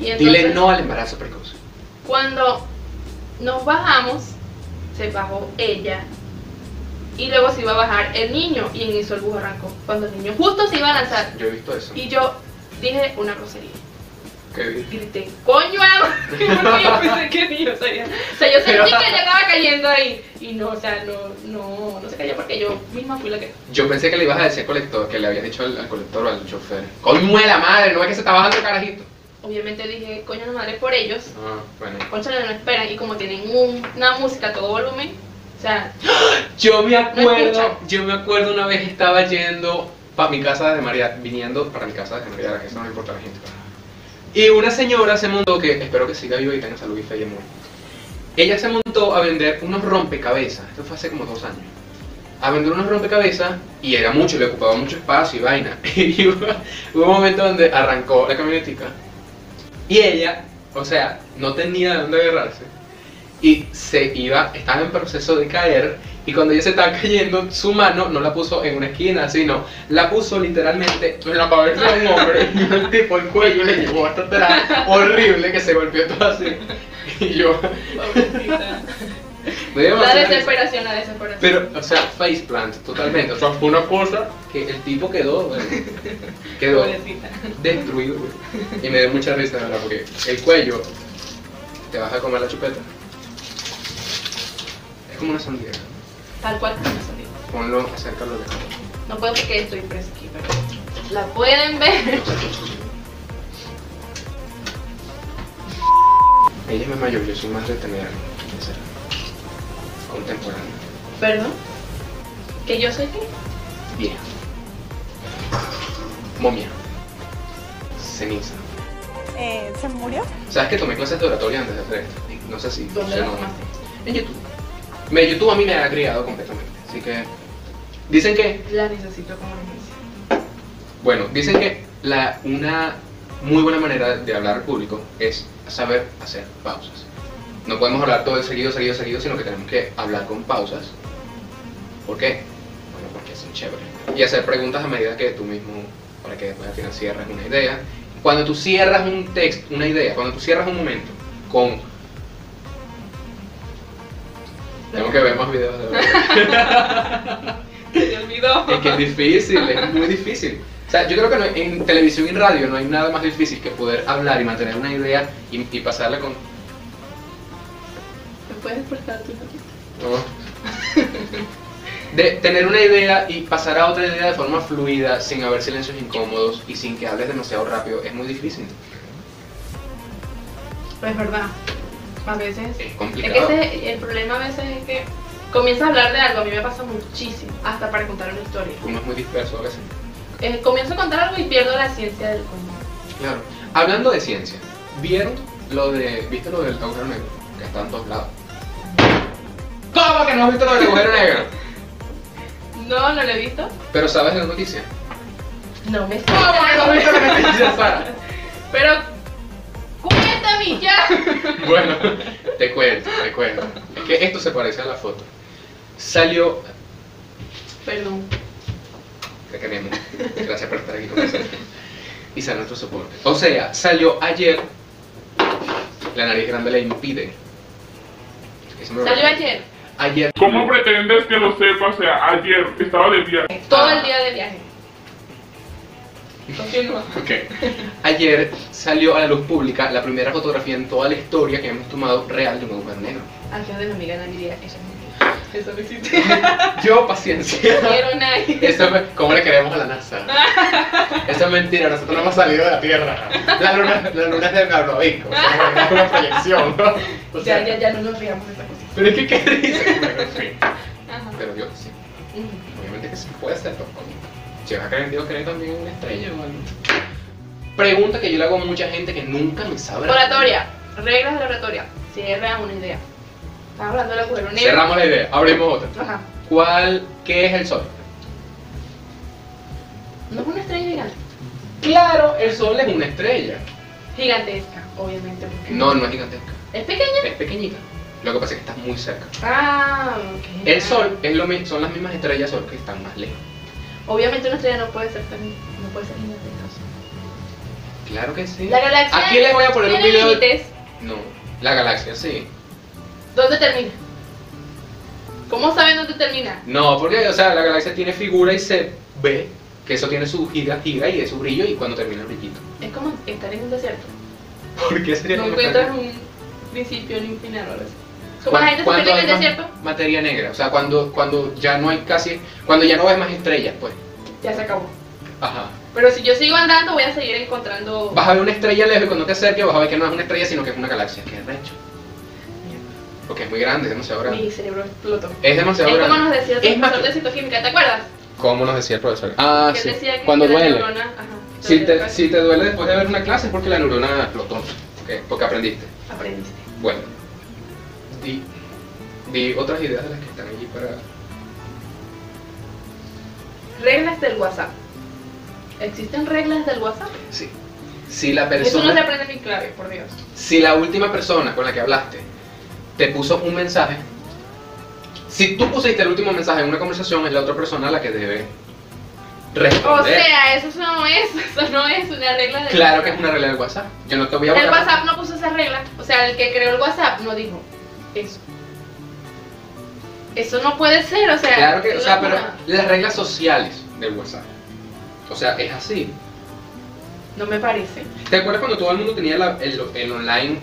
[SPEAKER 2] Y entonces,
[SPEAKER 1] Dile no al embarazo precoz.
[SPEAKER 2] cuando nos bajamos, se bajó ella. Y luego se iba a bajar el niño y en eso el bus arrancó. Cuando el niño justo se iba a lanzar.
[SPEAKER 1] Yo he visto eso.
[SPEAKER 2] Y yo dije una grosería.
[SPEAKER 1] Qué bien.
[SPEAKER 2] grité, coño, Adam", porque yo pensé que ni yo sabía. O sea, yo
[SPEAKER 1] Pero-
[SPEAKER 2] sentí que ella estaba cayendo ahí. Y no, o sea, no, no, no se cayó porque yo misma fui la que.
[SPEAKER 1] Yo pensé que le ibas a decir colector, que le habías dicho al, al colector o al chofer. ¡Coño de la madre! ¿No es que se está bajando el carajito?
[SPEAKER 2] Obviamente dije, coño, la madre por ellos.
[SPEAKER 1] Ah, bueno.
[SPEAKER 2] Concha, no esperan. Y como tienen un- una música a todo volumen, o sea,
[SPEAKER 1] Yo me acuerdo,
[SPEAKER 2] escucha.
[SPEAKER 1] yo me acuerdo una vez estaba yendo para mi casa de María, viniendo para mi casa de María, que eso no le importa a la gente. Y una señora se montó, que espero que siga viva y tenga salud y fe y amor. Ella se montó a vender unos rompecabezas, esto fue hace como dos años. A vender unos rompecabezas y era mucho, le ocupaba mucho espacio y vaina. Y hubo, hubo un momento donde arrancó la camionetica y ella, o sea, no tenía de dónde agarrarse y se iba, estaba en proceso de caer y cuando ella se estaba cayendo, su mano no la puso en una esquina, sino la puso literalmente en la cabeza de un hombre y el tipo el cuello le llevó hasta atrás, horrible, que se golpeó todo así. Y yo,
[SPEAKER 2] pobrecita.
[SPEAKER 1] me dio
[SPEAKER 2] la
[SPEAKER 1] demasiada risa.
[SPEAKER 2] desesperación, la desesperación.
[SPEAKER 1] Pero, o sea, faceplant, totalmente. O sea, fue una cosa que el tipo quedó, bueno, quedó
[SPEAKER 2] Pobrecita.
[SPEAKER 1] destruido. güey. Y me dio mucha risa, de ¿verdad? Porque el cuello, te vas a comer la chupeta. Es como una sandía.
[SPEAKER 2] Tal cual como me salió.
[SPEAKER 1] Ponlo, acércalo de acá.
[SPEAKER 2] No puedo porque estoy presa aquí, pero la pueden ver.
[SPEAKER 1] Ella es más mayor, yo soy más detenida. sincera. Contemporánea.
[SPEAKER 2] Perdón. Que yo soy qué?
[SPEAKER 1] Vieja. Momia. Ceniza.
[SPEAKER 5] Eh, ¿Se murió?
[SPEAKER 1] ¿Sabes que tomé clases de oratoria antes de hacer esto? No sé si.
[SPEAKER 2] ¿Dónde
[SPEAKER 1] si
[SPEAKER 2] la
[SPEAKER 1] no-
[SPEAKER 2] tomaste?
[SPEAKER 1] En YouTube. Me- YouTube a mí me ha agregado completamente. Así que. Dicen que.
[SPEAKER 2] La necesito como emergencia.
[SPEAKER 1] Bueno, dicen que la, una muy buena manera de hablar al público es saber hacer pausas. No podemos hablar todo el seguido, seguido, seguido, sino que tenemos que hablar con pausas. ¿Por qué? Bueno, porque son chéveres. Y hacer preguntas a medida que tú mismo, para que después al final cierres una idea. Cuando tú cierras un texto, una idea, cuando tú cierras un momento con... Tengo que ver más videos de
[SPEAKER 2] Se te olvidó.
[SPEAKER 1] Es que es difícil, es muy difícil. O sea, yo creo que no- en televisión y radio no hay nada más difícil que poder hablar y mantener una idea y, y pasarla con...
[SPEAKER 2] ¿Me puedes despertar tú? no?
[SPEAKER 1] no. De tener una idea y pasar a otra idea de forma fluida, sin haber silencios incómodos y sin que hables demasiado rápido, es muy difícil.
[SPEAKER 2] Pues verdad. A veces.
[SPEAKER 1] Es
[SPEAKER 2] Es que
[SPEAKER 1] complicado.
[SPEAKER 2] ese es- el problema a veces es que comienzas a hablar de algo, a mí me pasa muchísimo, hasta para contar una historia.
[SPEAKER 1] Uno es muy disperso a veces.
[SPEAKER 2] Eh, comienzo a contar algo y pierdo la ciencia del cómo.
[SPEAKER 1] Claro. Hablando de ciencia, ¿vieron lo de. ¿Viste lo del agujero negro? Que está en todos lados. ¿Cómo que no has visto lo del agujero negro?
[SPEAKER 2] No, no lo he visto.
[SPEAKER 1] Pero sabes la noticia.
[SPEAKER 2] No me
[SPEAKER 1] ¿Cómo que no has visto la noticia, Sara?
[SPEAKER 2] Pero cuéntame ya.
[SPEAKER 1] Bueno, te cuento, te cuento. Es que esto se parece a la foto. Salió.
[SPEAKER 2] Perdón.
[SPEAKER 1] Te queremos. Gracias por estar aquí con nosotros. Y ser nuestro soporte. O sea, salió ayer. La nariz grande le impide. Eso me
[SPEAKER 2] Salió
[SPEAKER 1] recuerda.
[SPEAKER 2] ayer,
[SPEAKER 1] Ayer.
[SPEAKER 6] ¿Cómo pretendes que lo sepa? O sea, ayer estaba de viaje.
[SPEAKER 2] todo el día de viaje. Continúa.
[SPEAKER 1] Ok. Ayer salió a la luz pública la primera fotografía en toda la historia que hemos tomado real de un agujero negro.
[SPEAKER 2] Antes de mi amiga Nani diría, ella es mi Eso no existe. No
[SPEAKER 1] Yo, paciencia.
[SPEAKER 2] quiero nadie.
[SPEAKER 1] Eso me- ¿Cómo le queremos a la NASA? Eso es mentira, nosotros no hemos salido de la Tierra. La luna, la luna es de Gabriel, o sea, es una proyección, ¿no? O sea,
[SPEAKER 2] Ya, ya, ya no nos riamos de esa cosa.
[SPEAKER 1] Pero es que, ¿qué dice? Bueno, en fin.
[SPEAKER 2] Ajá.
[SPEAKER 1] Pero yo sí, obviamente que sí, puede ser, pero coño. Si vas a creer en Dios, cree también en una estrella o algo. Pregunta que yo le hago a mucha gente que nunca me sabe.
[SPEAKER 2] Oratoria, reglas de la oratoria. Cierra una idea. Estás hablando del agujero negro.
[SPEAKER 1] Cerramos la idea, abrimos otra.
[SPEAKER 2] Ajá.
[SPEAKER 1] ¿Cuál, qué es el sol?
[SPEAKER 2] No es una estrella gigante.
[SPEAKER 1] Claro, el sol es una estrella.
[SPEAKER 2] Gigantesca, obviamente. porque-
[SPEAKER 1] No, no es gigantesca.
[SPEAKER 2] ¿Es pequeña?
[SPEAKER 1] Es pequeñita. Lo que pasa es que está muy cerca.
[SPEAKER 2] Ah, ok.
[SPEAKER 1] El sol es lo mi- son las mismas estrellas sol que están más lejos.
[SPEAKER 2] Obviamente una estrella no puede ser tan. No puede ser gigantesca.
[SPEAKER 1] Claro que sí.
[SPEAKER 2] La galaxia.
[SPEAKER 1] Aquí les voy a poner un
[SPEAKER 2] tiene
[SPEAKER 1] video.
[SPEAKER 2] límites.
[SPEAKER 1] No, la galaxia sí.
[SPEAKER 2] ¿Dónde termina? ¿Cómo saben dónde termina?
[SPEAKER 1] No, porque o sea, la galaxia tiene figura y se ve que eso tiene su gira, gira y es su brillo y cuando termina el brillito.
[SPEAKER 2] Es como estar en un desierto.
[SPEAKER 1] ¿Por qué sería
[SPEAKER 2] No
[SPEAKER 1] tan
[SPEAKER 2] encuentras
[SPEAKER 1] bacán?
[SPEAKER 2] un principio ni un final o algo así. Como la
[SPEAKER 1] ¿Cuán-
[SPEAKER 2] gente se
[SPEAKER 1] cuánto
[SPEAKER 2] pierde en el
[SPEAKER 1] hay más
[SPEAKER 2] desierto,
[SPEAKER 1] Materia negra, o sea, cuando cuando ya no hay casi, cuando ya no ves más estrellas, pues.
[SPEAKER 2] ya se acabó.
[SPEAKER 1] Ajá.
[SPEAKER 2] Pero si yo sigo andando, voy a seguir encontrando.
[SPEAKER 1] Vas a ver una estrella lejos y cuando te acerques vas a ver que no es una estrella, sino que es una galaxia. Qué recho. Porque es muy grande, es demasiado grande.
[SPEAKER 2] Mi cerebro explotó.
[SPEAKER 1] Es demasiado
[SPEAKER 2] Es como
[SPEAKER 1] grande.
[SPEAKER 2] nos decía el
[SPEAKER 1] Es más-
[SPEAKER 2] profesor de citoquímica, ¿te acuerdas?
[SPEAKER 1] ¿Cómo nos decía el profesor? Ah,
[SPEAKER 2] que él
[SPEAKER 1] sí.
[SPEAKER 2] decía que
[SPEAKER 1] Cuando
[SPEAKER 2] la
[SPEAKER 1] duele.
[SPEAKER 2] neurona- ajá,
[SPEAKER 1] Si te,
[SPEAKER 2] entonces,
[SPEAKER 1] si te duele después de ver una clase es porque la neurona explotó. Ok, Porque aprendiste.
[SPEAKER 2] Aprendiste.
[SPEAKER 1] Bueno. Di, di otras ideas de las que están allí para...
[SPEAKER 2] Reglas del WhatsApp. ¿Existen reglas del WhatsApp?
[SPEAKER 1] Sí. Si la
[SPEAKER 2] Eso no se
[SPEAKER 1] persona...
[SPEAKER 2] aprende ni clave, por Dios.
[SPEAKER 1] Si la última persona con la que hablaste te puso un mensaje... Si tú pusiste el último mensaje en una conversación, es la otra persona la que debe responder.
[SPEAKER 2] O sea, eso no es, eso no es una regla del
[SPEAKER 1] Claro
[SPEAKER 2] WhatsApp.
[SPEAKER 1] que es una regla del WhatsApp. Yo no te voy a
[SPEAKER 2] El
[SPEAKER 1] votar.
[SPEAKER 2] WhatsApp no puso esa regla. O sea, el que creó el WhatsApp no dijo eso. Eso no puede ser, o sea.
[SPEAKER 1] Claro que, o sea,
[SPEAKER 2] no,
[SPEAKER 1] pero
[SPEAKER 2] no,
[SPEAKER 1] las reglas sociales del WhatsApp. O sea, es así.
[SPEAKER 2] No me parece.
[SPEAKER 1] ¿Te acuerdas cuando todo el mundo tenía la- el, el online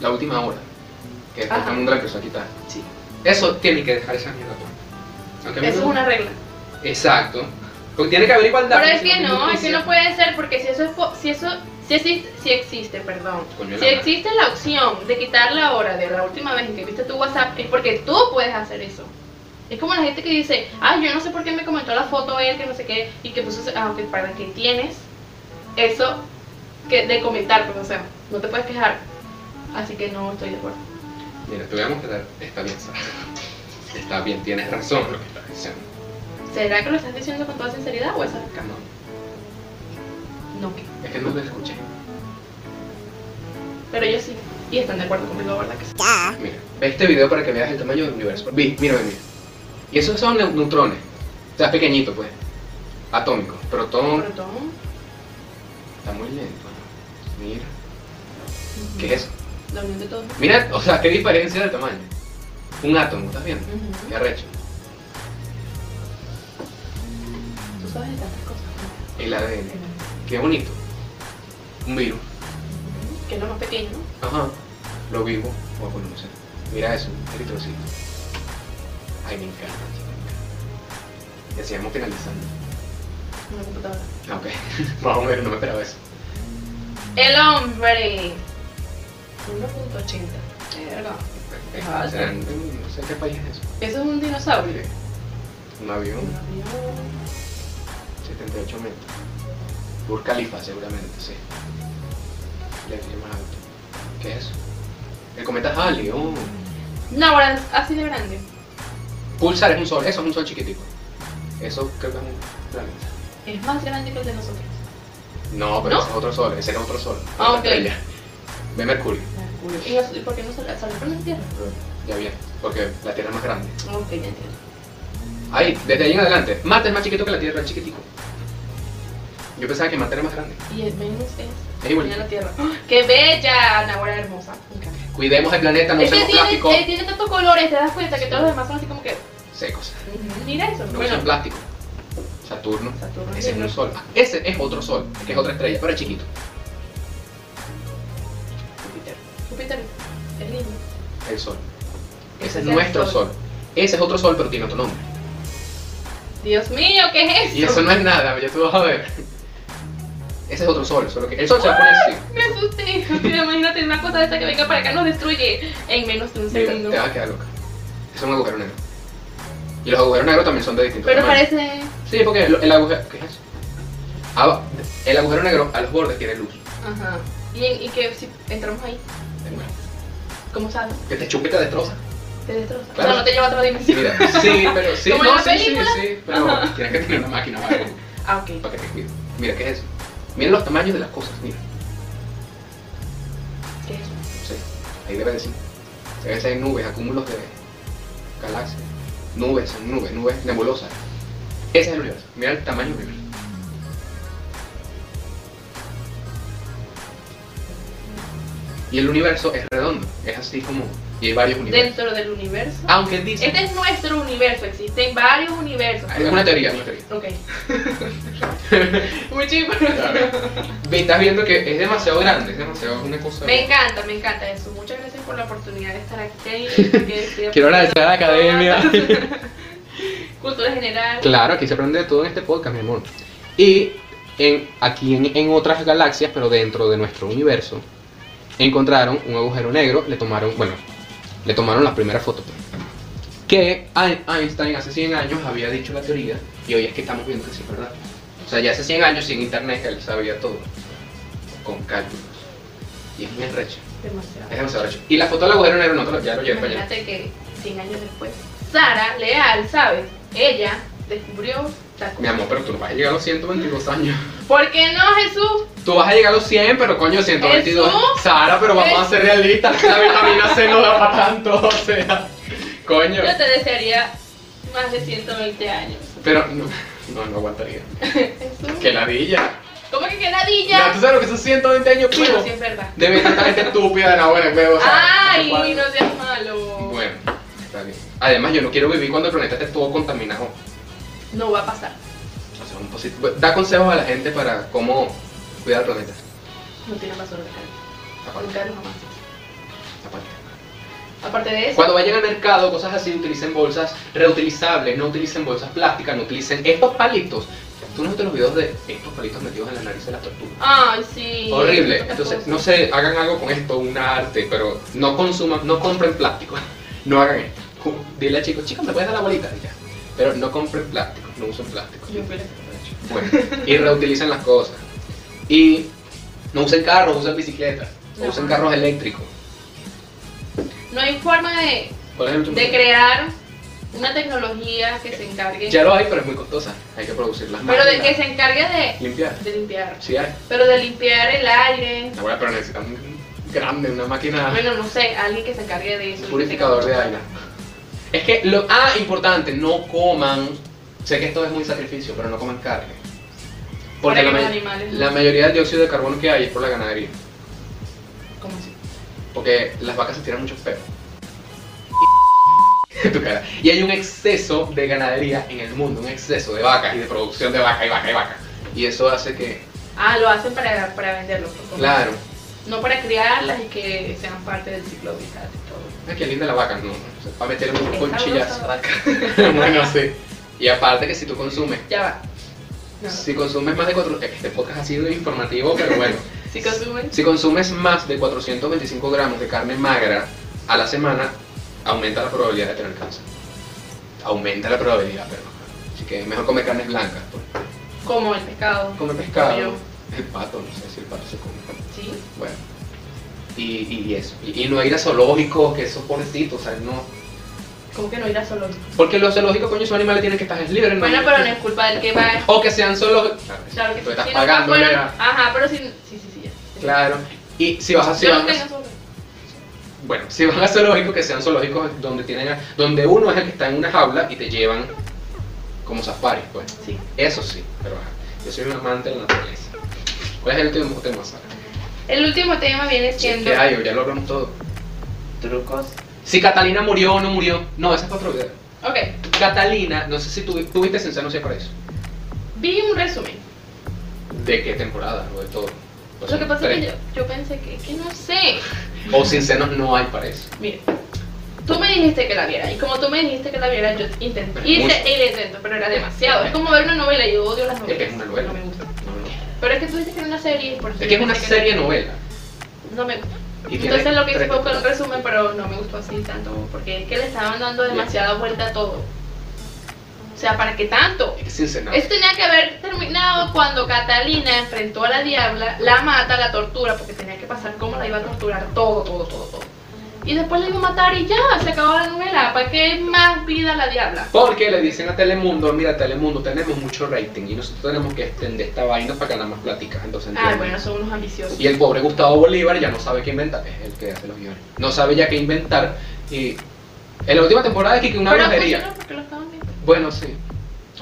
[SPEAKER 1] la última hora? Que después
[SPEAKER 2] Ajá.
[SPEAKER 1] todo el mundo la empezó a quitar.
[SPEAKER 2] Sí.
[SPEAKER 1] Eso tiene que dejar esa mierda. pues. Aunque a mí
[SPEAKER 2] Eso es
[SPEAKER 1] no-
[SPEAKER 2] una regla.
[SPEAKER 1] Exacto. Porque tiene que haber igualdad.
[SPEAKER 2] Pero es
[SPEAKER 1] porque si
[SPEAKER 2] que no,
[SPEAKER 1] tiene
[SPEAKER 2] es que no puede ser porque si eso es po- si eso si existe, si existe, perdón.
[SPEAKER 1] Coño,
[SPEAKER 2] Si
[SPEAKER 1] la-
[SPEAKER 2] existe la opción de quitar la hora de la última vez en que viste tu WhatsApp es porque tú puedes hacer eso. Es como la gente que dice, ay, yo no sé por qué me comentó la foto él, que no sé qué, y que puso, ese- ah, ok, para que tienes eso que de comentar, pues, o sea, no te puedes quejar. Así que no estoy de acuerdo.
[SPEAKER 1] Mira, te voy a mostrar. Está bien, Sara. Está bien, tienes razón lo que estás diciendo.
[SPEAKER 2] ¿Será que lo estás diciendo con toda sinceridad o eso es acá?
[SPEAKER 1] No,
[SPEAKER 2] No, ¿qué?
[SPEAKER 1] es que no lo escuché.
[SPEAKER 2] Pero ellos sí, y están de acuerdo conmigo, ¿verdad que sí?
[SPEAKER 1] Mira, ve este video para que veas el tamaño del universo. Vi, mira, mira. Y esos son neu- neutrones. O sea, es pequeñito, pues. Atómico. Protón.
[SPEAKER 2] Protón.
[SPEAKER 1] Está muy lento. Mira. ¿Qué es eso?
[SPEAKER 2] La unión de todos.
[SPEAKER 1] Mira, o sea, qué diferencia de tamaño. Un átomo, ¿estás viendo?
[SPEAKER 2] Ujú.
[SPEAKER 1] Qué arrecho.
[SPEAKER 2] Tú sabes de tantas cosas.
[SPEAKER 1] El ADN. Qué bonito. Un virus.
[SPEAKER 2] Que es lo más pequeño, ¿no?
[SPEAKER 1] Ajá. Lo vivo. O bueno, no sé. Mira eso, un eritrocito. Ay, me encanta, chico, me encanta. Y así vamos finalizando.
[SPEAKER 2] Una computadora.
[SPEAKER 1] Ah, Ok. Más o menos, no me esperaba eso.
[SPEAKER 2] El hombre. 1.80. Verga. Ah,
[SPEAKER 1] O sea, No sé qué país es eso.
[SPEAKER 2] Eso es un dinosaurio.
[SPEAKER 1] Un avión,
[SPEAKER 2] Un
[SPEAKER 1] 78 metros. Burj Khalifa, seguramente, sí. Le tiene más alto. ¿Qué es eso? El cometa Halley, oh.
[SPEAKER 2] avión. No, ahora así de grande.
[SPEAKER 1] Pulsar es un sol, eso es un sol chiquitico. Eso creo que es un planeta.
[SPEAKER 2] Es más grande que el de nosotros.
[SPEAKER 1] No, pero
[SPEAKER 2] ¿No?
[SPEAKER 1] ese es otro sol, ese es otro sol.
[SPEAKER 2] Ah,
[SPEAKER 1] otra
[SPEAKER 2] ok.
[SPEAKER 1] estrella. Ve Mercurio.
[SPEAKER 2] ¿Y nos- y por qué no sal- salió por la Tierra?
[SPEAKER 1] Ya bien, porque la Tierra es más grande.
[SPEAKER 2] Ok, ya entiendo.
[SPEAKER 1] Ahí, desde ahí en adelante. Marte es más chiquito que la Tierra, es chiquitico. Yo pensaba que Marte era más grande.
[SPEAKER 2] Y el Venus es.
[SPEAKER 1] Es igual.
[SPEAKER 2] la Tierra. ¡Ah! ¡Qué bella! Nahuara hermosa. Me encanta.
[SPEAKER 1] Cuidemos el planeta, no
[SPEAKER 2] Es que
[SPEAKER 1] usemos
[SPEAKER 2] tiene,
[SPEAKER 1] plástico.
[SPEAKER 2] eh, tiene tantos colores, te das cuenta que todos los demás son así como que. "Mm,
[SPEAKER 1] Secos.
[SPEAKER 2] Mira eso.
[SPEAKER 1] No
[SPEAKER 2] bueno,
[SPEAKER 1] usen plástico. Saturno.
[SPEAKER 2] Saturno
[SPEAKER 1] Ese es
[SPEAKER 2] tiene-
[SPEAKER 1] un sol. Ah, Ese es otro sol, que es otra estrella, pero es chiquito.
[SPEAKER 2] Júpiter. Júpiter es lindo.
[SPEAKER 1] El sol.
[SPEAKER 2] Ese
[SPEAKER 1] Ese es
[SPEAKER 2] es el
[SPEAKER 1] nuestro
[SPEAKER 2] sol.
[SPEAKER 1] sol. Ese es otro sol, pero tiene otro nombre.
[SPEAKER 2] Dios mío, ¿qué es eso?
[SPEAKER 1] Y eso no es nada, ya tú vas a ver. Ese es otro sol, solo que el sol se va a poner así.
[SPEAKER 2] Me asusté. Imagínate una cosa de esa que venga para acá nos destruye en menos de un
[SPEAKER 1] Mira,
[SPEAKER 2] segundo.
[SPEAKER 1] te vas a quedar loca. Es un agujero negro. Y los agujeros negros también son de distintos
[SPEAKER 2] Pero
[SPEAKER 1] tamaños.
[SPEAKER 2] parece.
[SPEAKER 1] Sí, porque el, el agujero... ¿Qué es eso? Ah, el agujero negro a los bordes tiene luz.
[SPEAKER 2] Ajá. Y, en- y que si entramos ahí, ¿cómo sabes?
[SPEAKER 1] Que te chupe y te destroza.
[SPEAKER 2] Te destroza. O
[SPEAKER 1] Claro.
[SPEAKER 2] sea, no te lleva a otra dimensión.
[SPEAKER 1] Mira, sí, pero sí,
[SPEAKER 2] Como en
[SPEAKER 1] no,
[SPEAKER 2] la
[SPEAKER 1] sí, sí,
[SPEAKER 2] película.
[SPEAKER 1] sí, pero
[SPEAKER 2] Ajá.
[SPEAKER 1] tienes que tener una máquina para,
[SPEAKER 2] Ah, ok.
[SPEAKER 1] para que te cuide. Mira, ¿qué es eso? Mira los tamaños de las cosas, mira.
[SPEAKER 2] ¿Qué es eso?
[SPEAKER 1] Sí, ahí debe decir. Se ve que hay nubes, acúmulos de galaxias. Nubes, son nubes, nubes nebulosas. Ese es el universo. Mira el tamaño del universo. Y el universo es redondo, es así como. Y hay varios universos.
[SPEAKER 2] Dentro del universo.
[SPEAKER 1] Aunque dice.
[SPEAKER 2] Este es nuestro universo, existen varios universos.
[SPEAKER 1] Es una teoría, es una teoría.
[SPEAKER 2] Ok. Muchísimo.
[SPEAKER 1] Ve, Estás viendo que es demasiado grande, es demasiado una cosa.
[SPEAKER 2] Me encanta, me encanta eso. Muchas gracias por la oportunidad de estar aquí. que estoy
[SPEAKER 1] Quiero agradecer a la academia.
[SPEAKER 2] Cultura general.
[SPEAKER 1] Claro, aquí se aprende de todo en este podcast, mi amor. Y en, aquí en, en otras galaxias, pero dentro de nuestro universo, encontraron un agujero negro, le tomaron, bueno, le tomaron la primera foto. pues. Que Ein- Einstein hace 100 años había dicho la teoría y hoy es que estamos viendo que sí es verdad. O sea, ya hace 100 años sin internet él sabía todo, con cálculos. Y es muy recho,
[SPEAKER 2] Demasiado.
[SPEAKER 1] es demasiado recho. Y la foto del agujero negro no te lo- ya lo llevé para allá.
[SPEAKER 2] Imagínate que 100 años después, Sara Leal, ¿sabes? Ella descubrió la
[SPEAKER 1] Mi
[SPEAKER 2] cosa.
[SPEAKER 1] amor, pero tú no vas a llegar a los 122 años.
[SPEAKER 2] ¿Por qué no, Jesús?
[SPEAKER 1] Tú vas a llegar a los 100, pero coño, 122.
[SPEAKER 2] Jesús.
[SPEAKER 1] Sara, pero vamos a ser realistas. La vitamina C no da para tanto, o sea. Coño.
[SPEAKER 2] Yo te desearía más de 120 años.
[SPEAKER 1] Pero no, no, no aguantaría.
[SPEAKER 2] Jesús.
[SPEAKER 1] Que ladilla.
[SPEAKER 2] ¿Cómo que
[SPEAKER 1] Ya,
[SPEAKER 2] quedadilla?
[SPEAKER 1] ¿Tú sabes lo que son 120 años,
[SPEAKER 2] Bueno,
[SPEAKER 1] pivo?
[SPEAKER 2] sí es verdad.
[SPEAKER 1] Debe estar esta gente estúpida de la buena, huevo. o sea,
[SPEAKER 2] Ay,
[SPEAKER 1] cuadra.
[SPEAKER 2] no seas malo.
[SPEAKER 1] Bueno, está bien. Además, yo no quiero vivir cuando el planeta esté todo contaminado.
[SPEAKER 2] No va a pasar.
[SPEAKER 1] O sea, un positivo. Da consejos a la gente para cómo cuidar el planeta.
[SPEAKER 2] No tiene basura de carne.
[SPEAKER 1] Aparte,
[SPEAKER 2] Nunca jamás.
[SPEAKER 1] aparte.
[SPEAKER 2] Aparte de eso,
[SPEAKER 1] Cuando vayan al mercado, cosas así, utilicen bolsas reutilizables, no utilicen bolsas plásticas, no utilicen estos palitos. Tú no viste los videos de estos palitos metidos en la nariz de la tortuga.
[SPEAKER 2] ay, sí.
[SPEAKER 1] Horrible.
[SPEAKER 2] Otras
[SPEAKER 1] Entonces,
[SPEAKER 2] cosas.
[SPEAKER 1] no sé, hagan algo con esto, una arte, pero no consuman, no compren plástico. No hagan esto. Ju- Dile a chicos, chicos, ¿me puedes dar la bolita? Y ya. Pero no compren plástico, no usen plástico.
[SPEAKER 2] Yo fui la-
[SPEAKER 1] Bueno, y reutilicen las cosas. Y no usen carros, usen bicicletas. O
[SPEAKER 2] No.
[SPEAKER 1] usen carros eléctricos.
[SPEAKER 2] No hay forma de,
[SPEAKER 1] ¿Cuál es el último?
[SPEAKER 2] de crear una tecnología que se encargue.
[SPEAKER 1] Ya lo hay, pero es muy costosa. Hay que producirlas más.
[SPEAKER 2] Pero de que se encargue de,
[SPEAKER 1] Limpiar.
[SPEAKER 2] de limpiar.
[SPEAKER 1] Sí hay.
[SPEAKER 2] Pero de limpiar el aire.
[SPEAKER 1] Ahora, pero necesitamos un grande, una máquina,
[SPEAKER 2] Bueno, no sé, alguien que se encargue de eso.
[SPEAKER 1] un purificador de aire. Es que lo ah importante, no coman Sé que esto es muy sacrificio, pero no coman carne.
[SPEAKER 2] Para
[SPEAKER 1] Porque
[SPEAKER 2] que
[SPEAKER 1] la,
[SPEAKER 2] los
[SPEAKER 1] ma-
[SPEAKER 2] animales no-
[SPEAKER 1] la mayoría del dióxido de carbono que hay es por la ganadería.
[SPEAKER 2] ¿Cómo así?
[SPEAKER 1] Porque las vacas se tiran muchos pedos. Y, tu cara. y hay un exceso de ganadería en el mundo, un exceso de vacas y de producción de vaca y vaca y vaca. Y eso hace que,
[SPEAKER 2] Ah, lo hacen para, para venderlos. ¿no?
[SPEAKER 1] claro,
[SPEAKER 2] No para criarlas y que sean parte del ciclo vital y todo.
[SPEAKER 1] es que linda la vaca, no, se va a meter en un
[SPEAKER 2] Es
[SPEAKER 1] conchillazo.
[SPEAKER 2] sabrosa la vaca.
[SPEAKER 1] bueno, sí. Y aparte que si tú consumes,
[SPEAKER 2] Ya va. No.
[SPEAKER 1] si consumes más de 400, este podcast ha sido informativo, pero bueno.
[SPEAKER 2] Si consumen.
[SPEAKER 1] Si consumes más de 425 gramos de carne magra a la semana, aumenta la probabilidad de tener cáncer. Aumenta la probabilidad, pero Así que es mejor comer carnes blancas. pues.
[SPEAKER 2] Como el pescado.
[SPEAKER 1] Comer pescado,
[SPEAKER 2] Pollo.
[SPEAKER 1] el pato, no sé si el pato se come.
[SPEAKER 2] Sí.
[SPEAKER 1] Bueno, y, y eso. Y, y no ir a zoológicos, que esos pobrecitos, o sea, no.
[SPEAKER 2] Como que no ir a solo.
[SPEAKER 1] Porque los zoológicos, coño, esos animales tienen que estar libres, ¿no?
[SPEAKER 2] Bueno, pero no es culpa del que va.
[SPEAKER 1] O que sean zoológicos.
[SPEAKER 2] Claro que
[SPEAKER 1] Tú estás
[SPEAKER 2] si no
[SPEAKER 1] pagando,
[SPEAKER 2] fueron-
[SPEAKER 1] mira.
[SPEAKER 2] Ajá, pero si. Sí, sí, sí. ya.
[SPEAKER 1] Claro. Y si vas a si
[SPEAKER 2] Yo
[SPEAKER 1] vas
[SPEAKER 2] no
[SPEAKER 1] a-
[SPEAKER 2] tengo solo.
[SPEAKER 1] Bueno, si van a zoológicos, que sean zoológicos donde tienen a- donde uno es el que está en una jaula y te llevan como safari, pues.
[SPEAKER 2] Sí.
[SPEAKER 1] Eso sí, pero ajá, yo soy un amante de la naturaleza. ¿Cuál es el último tema, Sara?
[SPEAKER 2] El último tema viene siendo.
[SPEAKER 1] ¿Qué hay? o Ya lo hablamos todo.
[SPEAKER 2] Trucos.
[SPEAKER 1] Si Catalina murió o no murió. No, ese es otro video.
[SPEAKER 2] Ok.
[SPEAKER 1] Catalina, no sé si tú, tú viste Ciencia No sé para eso.
[SPEAKER 2] Vi un resumen.
[SPEAKER 1] ¿De qué temporada? O de todo. O
[SPEAKER 2] Lo
[SPEAKER 1] sea,
[SPEAKER 2] que pasa es que yo,
[SPEAKER 1] tres.
[SPEAKER 2] yo pensé que, que no sé.
[SPEAKER 1] O Cincenos no hay para eso.
[SPEAKER 2] Mire, tú me dijiste que la viera. Y como tú me dijiste que la viera, yo intenté.
[SPEAKER 1] Pero
[SPEAKER 2] Hice
[SPEAKER 1] mucho.
[SPEAKER 2] el intento, pero era demasiado. Es como ver una novela. Yo odio las
[SPEAKER 1] Es
[SPEAKER 2] novelas.
[SPEAKER 1] que es una novela.
[SPEAKER 2] No me gusta.
[SPEAKER 1] No, no.
[SPEAKER 2] Pero es que tú dices que era una serie. y Por eso
[SPEAKER 1] Es
[SPEAKER 2] yo
[SPEAKER 1] que es una
[SPEAKER 2] pensé
[SPEAKER 1] serie novela.
[SPEAKER 2] No me gusta.
[SPEAKER 1] Y tiene
[SPEAKER 2] Entonces lo que hice
[SPEAKER 1] tres
[SPEAKER 2] fue buscar un
[SPEAKER 1] temporadas.
[SPEAKER 2] resumen, pero no me gustó así tanto, porque es que le estaban dando demasiada vuelta a todo. O sea, ¿para qué tanto?
[SPEAKER 1] Es que Cincenos.
[SPEAKER 2] Esto tenía que haber terminado cuando Catalina enfrentó a la diabla, la mata, la tortura, porque tenía que pasar cómo la iba a torturar, todo, todo, todo, todo. Y después la iba a matar y ya, se acabó la novela. ¿Para qué más vida la diabla?
[SPEAKER 1] Porque le dicen a Telemundo, mira Telemundo, tenemos mucho rating y nosotros tenemos que extender esta vaina para ganar más platicas. Entonces,
[SPEAKER 2] Ah,
[SPEAKER 1] entienden.
[SPEAKER 2] bueno, son unos ambiciosos.
[SPEAKER 1] Y el pobre Gustavo Bolívar ya no sabe qué inventar, es el que hace los guiones. No sabe ya qué inventar. Y en la última temporada es que una
[SPEAKER 2] pero
[SPEAKER 1] brujería.
[SPEAKER 2] funcionó porque lo estaban viendo.
[SPEAKER 1] Bueno, sí.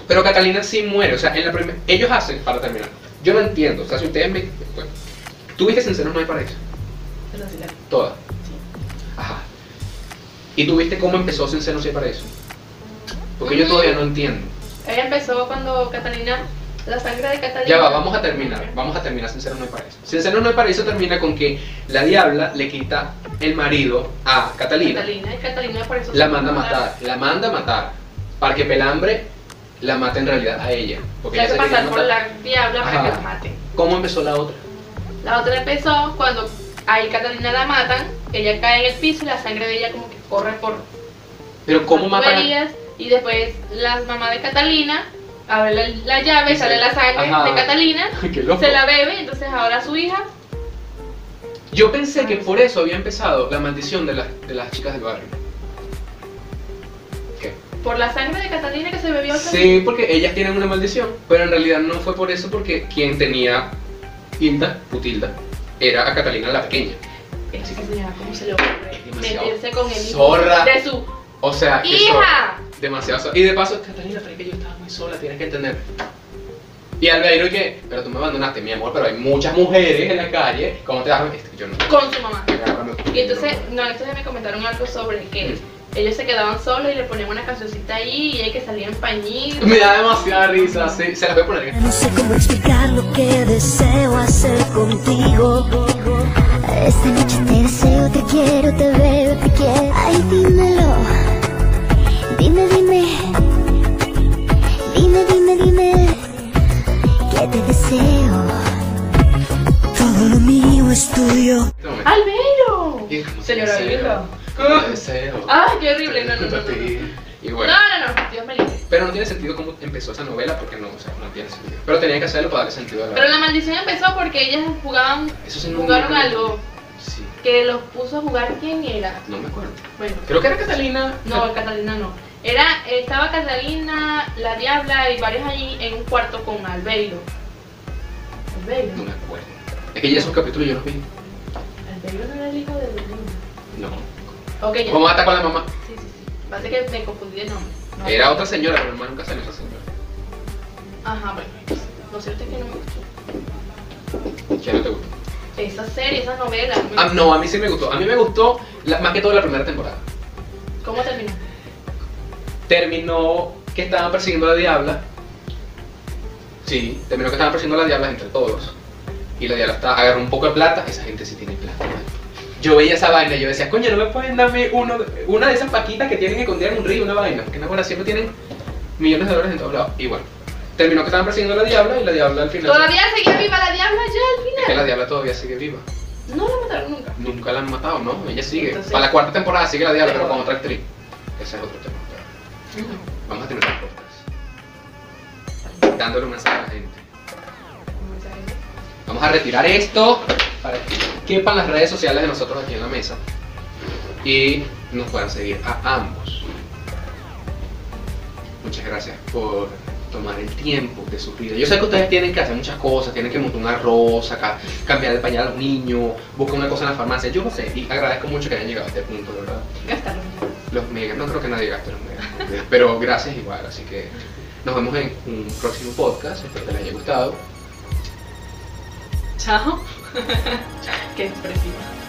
[SPEAKER 1] Pero Catalina sí muere, o sea, en la primera... Ellos hacen para terminar. Yo no entiendo, o sea, si ustedes me... Bueno, ¿tuviste Sinceros No hay paraíso?
[SPEAKER 2] Pero sí la vi.
[SPEAKER 1] Todas.
[SPEAKER 2] Sí.
[SPEAKER 1] Ajá. ¿Y tuviste cómo empezó Sinceros No hay paraíso? Porque yo todavía no entiendo.
[SPEAKER 2] Ella empezó cuando Catalina, la sangre de Catalina.
[SPEAKER 1] Ya va, vamos a terminar, vamos a terminar Sincero No hay Paraíso. Sincero No hay Paraíso termina con que la diabla le quita el marido a Catalina,
[SPEAKER 2] Catalina, y Catalina por eso.
[SPEAKER 1] la
[SPEAKER 2] se
[SPEAKER 1] manda a
[SPEAKER 2] mata.
[SPEAKER 1] matar, la manda a matar, para que Pelambre la mate en realidad a ella. Porque
[SPEAKER 2] Se
[SPEAKER 1] ella
[SPEAKER 2] hace
[SPEAKER 1] se quería
[SPEAKER 2] pasar por
[SPEAKER 1] matar.
[SPEAKER 2] la diabla para
[SPEAKER 1] Ajá.
[SPEAKER 2] que la mate.
[SPEAKER 1] ¿Cómo empezó la otra?
[SPEAKER 2] La otra empezó cuando ahí Catalina la matan, ella cae en el piso y la sangre de ella como que corre por
[SPEAKER 1] Pero ¿cómo matan a...
[SPEAKER 2] tuberías y después la mamá de Catalina abre la, la llave,
[SPEAKER 1] Y
[SPEAKER 2] sale
[SPEAKER 1] se-
[SPEAKER 2] la sangre
[SPEAKER 1] Ajá.
[SPEAKER 2] de Catalina,
[SPEAKER 1] Qué loco.
[SPEAKER 2] se la bebe, entonces ahora su hija,
[SPEAKER 1] Yo pensé que por eso había empezado la maldición de, las- de las chicas del barrio. ¿Qué?
[SPEAKER 2] por la sangre de Catalina que se bebió también.
[SPEAKER 1] Sí, porque ellas tienen una maldición, pero en realidad no fue por eso porque quien tenía Hilda, Putilda, era a Catalina la pequeña.
[SPEAKER 2] Es que señora, ¿cómo se le ocurre
[SPEAKER 1] Es demasiado Ah,
[SPEAKER 2] meterse con el hijo
[SPEAKER 1] zorra.
[SPEAKER 2] de su
[SPEAKER 1] O sea, que eso-
[SPEAKER 2] hija?
[SPEAKER 1] demasiado. so- Y de paso, Catalina, pero es que yo estaba muy sola, tienes que entender. Y Albeiro que, pero tú me abandonaste, mi amor, pero hay muchas mujeres en la calle, ¿cómo te das? Yo no.
[SPEAKER 2] Con su mamá.
[SPEAKER 1] Agárrame.
[SPEAKER 2] Y entonces, no, entonces me comentaron algo sobre
[SPEAKER 1] Mm.
[SPEAKER 2] que ellos se quedaban solos y le ponían una cancioncita ahí y hay que salir en pañitos.
[SPEAKER 1] me da demasiada risa, sí, se las voy a poner.
[SPEAKER 7] No sé cómo explicar lo que deseo hacer contigo. Esta noche te deseo, te quiero, te veo, te quiero. Ay, dímelo. Dime, dime. Dime, dime, dime. Que te deseo. Todo lo mío es tuyo.
[SPEAKER 1] Este momento.
[SPEAKER 2] ¡Albeiro!
[SPEAKER 1] Y es como,
[SPEAKER 2] Señora Ah,
[SPEAKER 1] te
[SPEAKER 2] Bilda.
[SPEAKER 1] deseo, te deseo,
[SPEAKER 2] ¡Ay, qué horrible! No, no,
[SPEAKER 1] junto
[SPEAKER 2] no.
[SPEAKER 1] a
[SPEAKER 2] No,
[SPEAKER 1] ti. Y
[SPEAKER 2] no,
[SPEAKER 1] bueno.
[SPEAKER 2] no, no, Dios me libre.
[SPEAKER 1] Pero no tiene sentido cómo empezó esa novela porque no, o sea, no tiene sentido. Pero tenía que hacerlo para darle sentido a la
[SPEAKER 2] Pero la maldición empezó porque ellas jugaban,
[SPEAKER 1] Eso sí no me
[SPEAKER 2] jugaron
[SPEAKER 1] acuerdo.
[SPEAKER 2] algo
[SPEAKER 1] Sí,
[SPEAKER 2] que los puso a jugar. ¿Quién era?
[SPEAKER 1] no me acuerdo.
[SPEAKER 2] Bueno,
[SPEAKER 1] Creo que era Catalina.
[SPEAKER 2] no, Catalina no. Era, estaba Catalina, la Diabla y varios allí en un cuarto con Albeiro. Albeiro.
[SPEAKER 1] No me acuerdo. Es que ya esos capítulos yo los vi.
[SPEAKER 2] Albeiro no era el hijo de Belinda.
[SPEAKER 1] No.
[SPEAKER 2] Ok, ya.
[SPEAKER 1] ¿Cómo ata con la mamá?
[SPEAKER 2] Sí, sí, sí. Parece que me confundí de nombre. No.
[SPEAKER 1] Era otra señora, pero mi hermano nunca salió esa señora.
[SPEAKER 2] Ajá, bueno. Lo cierto es que no me gustó.
[SPEAKER 1] ¿Qué no te gustó?
[SPEAKER 2] Esa serie, esa novela. me
[SPEAKER 1] Ah,
[SPEAKER 2] gustó.
[SPEAKER 1] no, a mí sí me gustó. A mí me gustó la- más que todo la primera temporada.
[SPEAKER 2] ¿Cómo terminó?
[SPEAKER 1] Terminó que estaban persiguiendo a la diabla. Sí, terminó que estaban persiguiendo a la diabla entre todos. Y la diabla está, agarró un poco de plata. Esa gente sí tiene plata. marico. Yo veía esa vaina y yo decía, coño, no me pueden darme uno, de- una de esas paquitas que tienen escondidas en un río, una vaina. Porque no, bueno, siempre tienen millones de dólares en todos lados. Y bueno, terminó que estaban persiguiendo a la diabla y la diabla al final.
[SPEAKER 2] Todavía seguía viva la diabla ya
[SPEAKER 1] Es
[SPEAKER 2] al
[SPEAKER 1] que la
[SPEAKER 2] final.
[SPEAKER 1] diabla todavía sigue viva.
[SPEAKER 2] No la mataron nunca.
[SPEAKER 1] Nunca la han matado, ¿no? Ella sigue.
[SPEAKER 2] Entonces-
[SPEAKER 1] Para la cuarta temporada sigue la diabla, pero con otra actriz. Ese es otro tema. pero Vamos a tener las cortas. Dándole un mensaje a la gente. Vamos a retirar esto para que quepan las redes sociales de nosotros aquí en la mesa. Y nos puedan seguir a ambos. Muchas gracias por tomar el tiempo de sus vidas. Yo sé que ustedes tienen que hacer muchas cosas, tienen que montar un arroz, sacar, cambiar el pañal a los niños, buscar una cosa en la farmacia, yo no sé, y agradezco mucho que hayan llegado a este punto, de verdad.
[SPEAKER 2] Gastaron.
[SPEAKER 1] Los megas, no creo que nadie gaste los megas, pero gracias igual, así que nos vemos en un próximo podcast, espero que les haya gustado.
[SPEAKER 2] Chao. Qué expresiva.